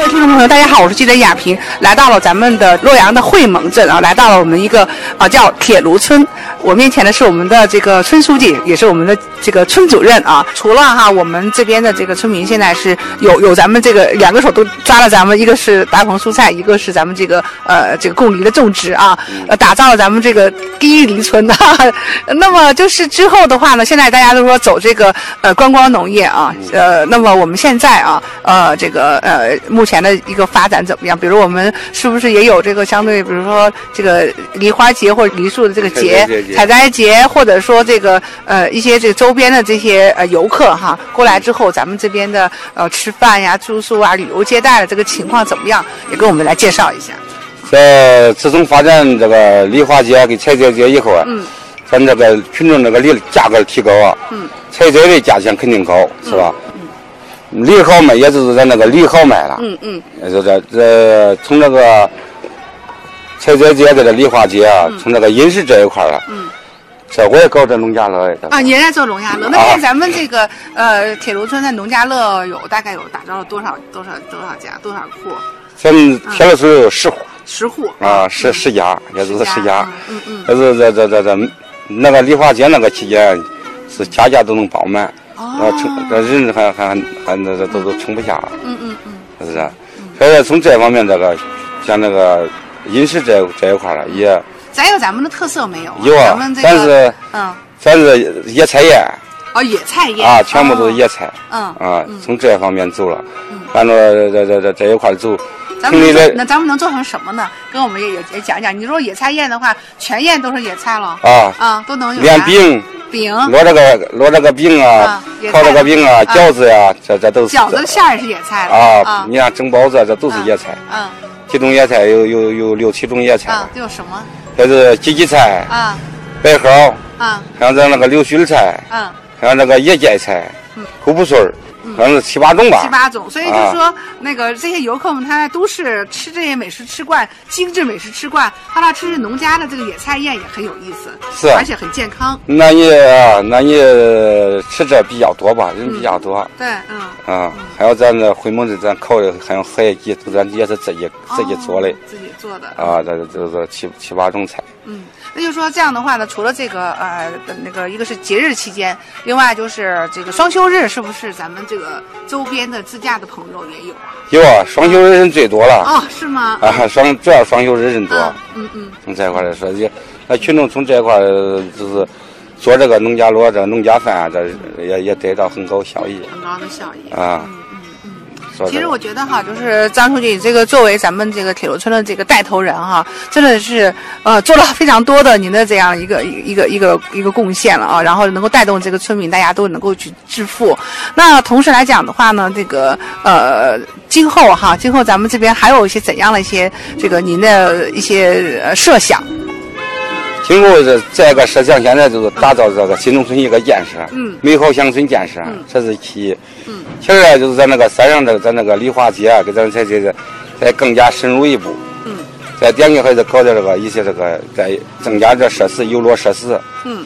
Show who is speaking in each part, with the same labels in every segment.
Speaker 1: 位听众朋友，大家好，我是记者亚平，来到了咱们的洛阳的会盟镇啊，来到了我们一个啊叫铁炉村。我面前的是我们的这个村书记，也是我们的这个村主任啊。除了哈，我们这边的这个村民现在是有有咱们这个两个手都抓了咱们，一个是达鹏蔬菜，一个是咱们这个呃这个贡梨的种植啊，
Speaker 2: 嗯
Speaker 1: 呃打造了咱们这个第一梨村的、 那么就是之后的话呢，现在大家都说走这个呃观光农业啊，
Speaker 2: 嗯
Speaker 1: 呃，那么我们现在啊，呃，这个呃目前的一个发展怎么样？比如我们是不是也有这个相对，比如说这个梨花节或者梨树的这个节
Speaker 2: 采摘节
Speaker 1: 采摘节，或者说这个呃一些这个周边的这些呃游客哈过来之后，咱们这边的呃吃饭呀、住宿啊、旅游接待的这个情况怎么样？也跟我们来介绍一下。
Speaker 2: 在自从发展这个梨花节跟采摘节以后啊，
Speaker 1: 嗯，
Speaker 2: 咱这个群众这个梨的价格提高啊，
Speaker 1: 嗯，
Speaker 2: 采摘的价钱肯定高，是吧？梨好卖，也就是咱那个梨好卖了，
Speaker 1: 嗯嗯
Speaker 2: 这这这从这个采摘节这个梨花节啊，从这个饮食这一块儿啊，
Speaker 1: 嗯。
Speaker 2: 这我也搞这农家乐的，
Speaker 1: 啊，您在做农家乐，那
Speaker 2: 啊
Speaker 1: 在咱们这个呃铁路村在农家乐有大概有打造了多少多少多少家多少户
Speaker 2: 咱们铁路村有十户
Speaker 1: 十户
Speaker 2: 啊，十十家，也就是十家，
Speaker 1: 嗯嗯
Speaker 2: 但是这这这这那个梨花节那个期间，是家家都能帮忙，啊，撑这
Speaker 1: 哦
Speaker 2: 人还还还那这都都撑不下了，
Speaker 1: 嗯嗯嗯
Speaker 2: 是不是？所以说从这方面这个，像那个饮食这这一块儿啊，也
Speaker 1: 咱有咱们的特色没有啊？
Speaker 2: 有
Speaker 1: 咱
Speaker 2: 啊
Speaker 1: 们，这
Speaker 2: 但
Speaker 1: 个
Speaker 2: 是
Speaker 1: 嗯
Speaker 2: 咱是野菜叶
Speaker 1: 哦野菜业
Speaker 2: 啊，全部都是野菜
Speaker 1: 嗯
Speaker 2: 啊，从这方面走了
Speaker 1: 嗯，
Speaker 2: 按照这这这这这一块儿走，
Speaker 1: 咱
Speaker 2: 从
Speaker 1: 们
Speaker 2: 那
Speaker 1: 能那
Speaker 2: 个
Speaker 1: 咱们能做成什么呢？跟我们也也也讲讲。你说野菜宴的话，全宴都是野菜了
Speaker 2: 啊，
Speaker 1: 啊，都能有
Speaker 2: 连
Speaker 1: 啥
Speaker 2: 饼。
Speaker 1: 饼、
Speaker 2: 烙这个烙这个饼啊
Speaker 1: 啊也，
Speaker 2: 烤这
Speaker 1: 菜
Speaker 2: 个饼啊，
Speaker 1: 啊
Speaker 2: 饺子呀，这这都是
Speaker 1: 饺子的馅儿也是野菜的
Speaker 2: 啊
Speaker 1: 啊，
Speaker 2: 你看蒸包子啊这都是野菜，
Speaker 1: 嗯
Speaker 2: 几种野菜有有有六七种野菜
Speaker 1: 啊
Speaker 2: 吧，
Speaker 1: 都有什么
Speaker 2: 这是荠荠菜、
Speaker 1: 啊
Speaker 2: 百合，
Speaker 1: 啊
Speaker 2: 像咱那个柳絮菜，
Speaker 1: 嗯。
Speaker 2: 像那个野芥菜
Speaker 1: 嗯、
Speaker 2: 狗不穗儿，反正七八种吧
Speaker 1: 七。八种，所以就
Speaker 2: 啊
Speaker 1: 说、那个这些游客们，他在都市吃这些美食吃惯，精致美食吃惯，他来吃吃农家的这个野菜宴也很有意思，
Speaker 2: 是
Speaker 1: 而且很健康。
Speaker 2: 那你啊那你吃这比较多吧，人比较多
Speaker 1: 对，嗯，
Speaker 2: 啊。还有咱这回门的咱烤的，还有海鸡，都咱也是自己自己做的
Speaker 1: 哦，自己做的。
Speaker 2: 啊，这这这七七八种菜。
Speaker 1: 嗯，那就说这样的话呢，除了这个呃那个一个是节日期间，另外就是这个双休日，是不是咱们这个周边的自驾的朋友也有啊？
Speaker 2: 有啊，双休日人最多了。
Speaker 1: 哦，是吗？
Speaker 2: 啊，双主要双休日人多
Speaker 1: 啊，，嗯嗯
Speaker 2: 从这一块儿来说，也那群众从这一块儿呃就是做这个农家乐、这个农家饭啊，这也也得到很高效益
Speaker 1: 很高的效益。
Speaker 2: 啊。说
Speaker 1: 嗯其实
Speaker 2: 这个
Speaker 1: 我觉得哈，就是张书记这个作为咱们这个铁路村的这个带头人哈，真的是呃做了非常多的您的这样一个一个一个一个贡献了啊，然后能够带动这个村民大家都能够去致富。那同时来讲的话呢，这个呃今后哈，今后咱们这边还有一些怎样的一些这个您的一些呃设想？
Speaker 2: 今后这这个设想，现在就是打造这个新农村一个建设，
Speaker 1: 嗯
Speaker 2: 美好乡村建设，
Speaker 1: 嗯
Speaker 2: 这是其一。
Speaker 1: 嗯，
Speaker 2: 其二啊就是咱那个三上的咱那个梨花节啊，给咱再这个再更加深入一步。
Speaker 1: 嗯，
Speaker 2: 再点个还是搞点这个一些这个再增加这设施游乐设施。
Speaker 1: 嗯，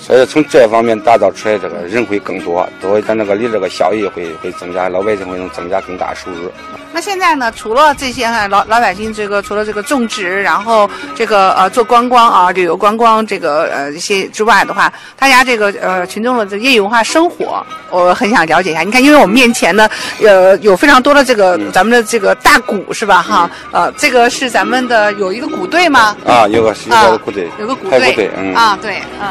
Speaker 2: 所以从这方面打造出来，这个人会更多，都会咱这个离这个效益会会增加，老百姓会能增加更大收入。
Speaker 1: 那现在呢，除了这些哈老老百姓这个除了这个种植，然后这个呃做观光啊、旅游观光这个呃一些之外的话，大家这个呃群众的这个业余文化生活，我很想了解一下。你看，因为我们面前呢，呃有非常多的这个、
Speaker 2: 嗯
Speaker 1: 咱们的这个大鼓是吧？哈，呃，这个是咱们的有一个鼓队吗？
Speaker 2: 啊，有个嗯有
Speaker 1: 啊
Speaker 2: 个鼓队，
Speaker 1: 有个鼓
Speaker 2: 排
Speaker 1: 队，
Speaker 2: 队，嗯。
Speaker 1: 啊，对，嗯，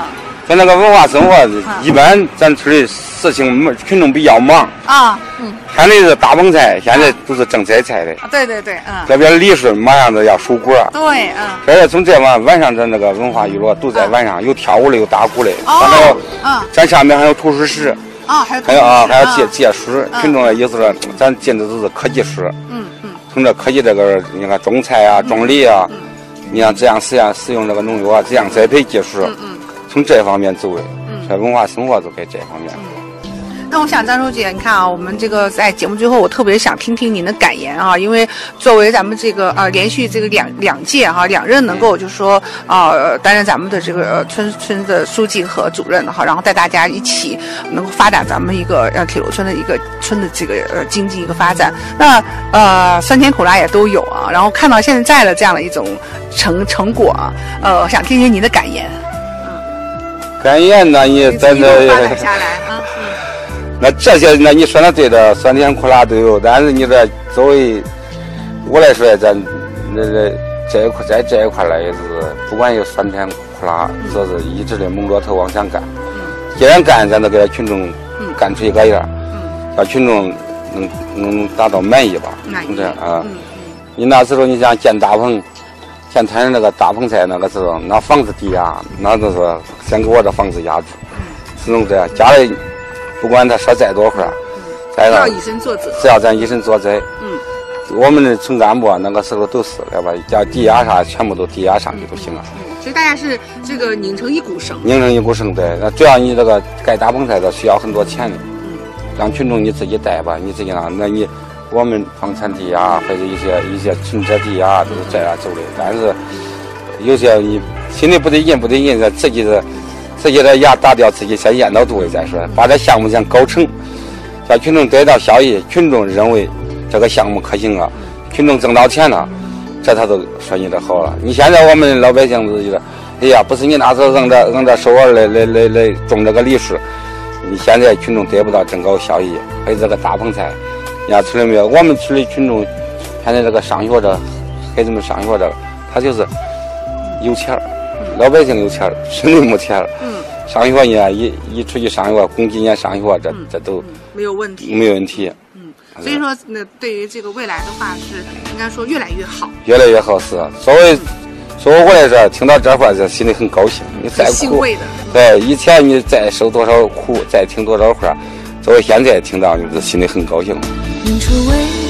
Speaker 2: 咱那个文化生活，一般咱村里事情没群众比较忙，
Speaker 1: 啊，嗯，
Speaker 2: 原来是大棚菜，现在都是正摘菜的。
Speaker 1: 啊对对对，嗯，
Speaker 2: 这边梨树马上都要收果儿，
Speaker 1: 对，嗯，
Speaker 2: 所以从这晚晚上咱那个文化娱乐都在晚上，有跳舞的，有打鼓的，咱那
Speaker 1: 哦
Speaker 2: 个，
Speaker 1: 嗯，
Speaker 2: 咱下面还有图书室，
Speaker 1: 啊，还有
Speaker 2: 还有啊，还有借
Speaker 1: 嗯
Speaker 2: 借书。群众的意思是，咱进的都是科技书，
Speaker 1: 嗯嗯。
Speaker 2: 从这科技这个你看种菜啊、种梨啊，你看这样实验使用这个农药啊，这样栽培技术，
Speaker 1: 嗯
Speaker 2: 从这方面走的，
Speaker 1: 嗯
Speaker 2: 这文化生活都在这方面。
Speaker 1: 那我想，张书记，你看啊，我们这个在节目最后，我特别想听听您的感言啊，因为作为咱们这个呃连续这个两两届哈、两任能够就说呃担任咱们的这个呃村村的书记和主任哈、然后带大家一起能够发展咱们一个呃铁路村的一个村的这个呃经济一个发展，那呃酸甜苦辣也都有啊，然后看到现在的这样的一种成成果啊，呃，我想听听您的感言，
Speaker 2: 感言呢，啊你
Speaker 1: 您这
Speaker 2: 咱
Speaker 1: 一路发展
Speaker 2: 这
Speaker 1: 下来啊，嗯。
Speaker 2: 那这些，那你说的对的，酸甜苦辣都有。但是你这作为我来说，咱那这这一块在这一块来也是，不管有酸甜苦辣，
Speaker 1: 嗯
Speaker 2: 这是一直的猛着头往前干。既然干，咱就给群众
Speaker 1: 嗯
Speaker 2: 干出一个样儿，让群众能能达到满意吧。
Speaker 1: 满意
Speaker 2: 这样啊。
Speaker 1: 嗯
Speaker 2: 你那时候你想建大棚，建他那个大棚菜那个时候，拿房子抵押，那就是先给我这房子压住，只能这样。家里不管他说再多块儿，再
Speaker 1: 要
Speaker 2: 让
Speaker 1: 以身作则。
Speaker 2: 只要咱以身作则，
Speaker 1: 嗯，
Speaker 2: 我们的村干部啊那个时候都是来吧，要抵押啥全部都抵押上去就行啊了。
Speaker 1: 所以大家是这个拧成一股绳。
Speaker 2: 拧成一股绳的，那只要你这个盖大棚菜的需要很多钱的，让群众你自己带吧，你自己拿。那你我们房产抵押或者一些一些存折抵押都是这样走的，但是有些你心里不得劲不得劲，自己的自己的牙打掉，自己先咽到肚里再说，把这项目先搞成，让群众得到效益，群众认为这个项目可行了，群众挣到钱了。这他都说你这好了。你现在我们老百姓自己的，哎呀，不是你那时候扔这扔这手腕来来来来种这个梨树，你现在群众得不到真高效益，还有这个大棚菜，你看村里没有？我们村里群众现在这个上学的孩子们上学的，他就是有钱儿，老百姓有钱儿，村里没钱儿。
Speaker 1: 嗯，
Speaker 2: 上学呢，一一出去上学，供几年上学，这这都
Speaker 1: 没有问题。
Speaker 2: 没有问题，
Speaker 1: 嗯，所以说，那对于这个未来的话，是应该说越来越好，
Speaker 2: 越来越好使。所谓所以我来说，听到这话这心里很高兴。你
Speaker 1: 很
Speaker 2: 再
Speaker 1: 欣
Speaker 2: 苦，
Speaker 1: 慰的。
Speaker 2: 对，以前你再受多少苦，再听多少话，作为现在听到，你不是心里很高兴吗？
Speaker 3: 映出未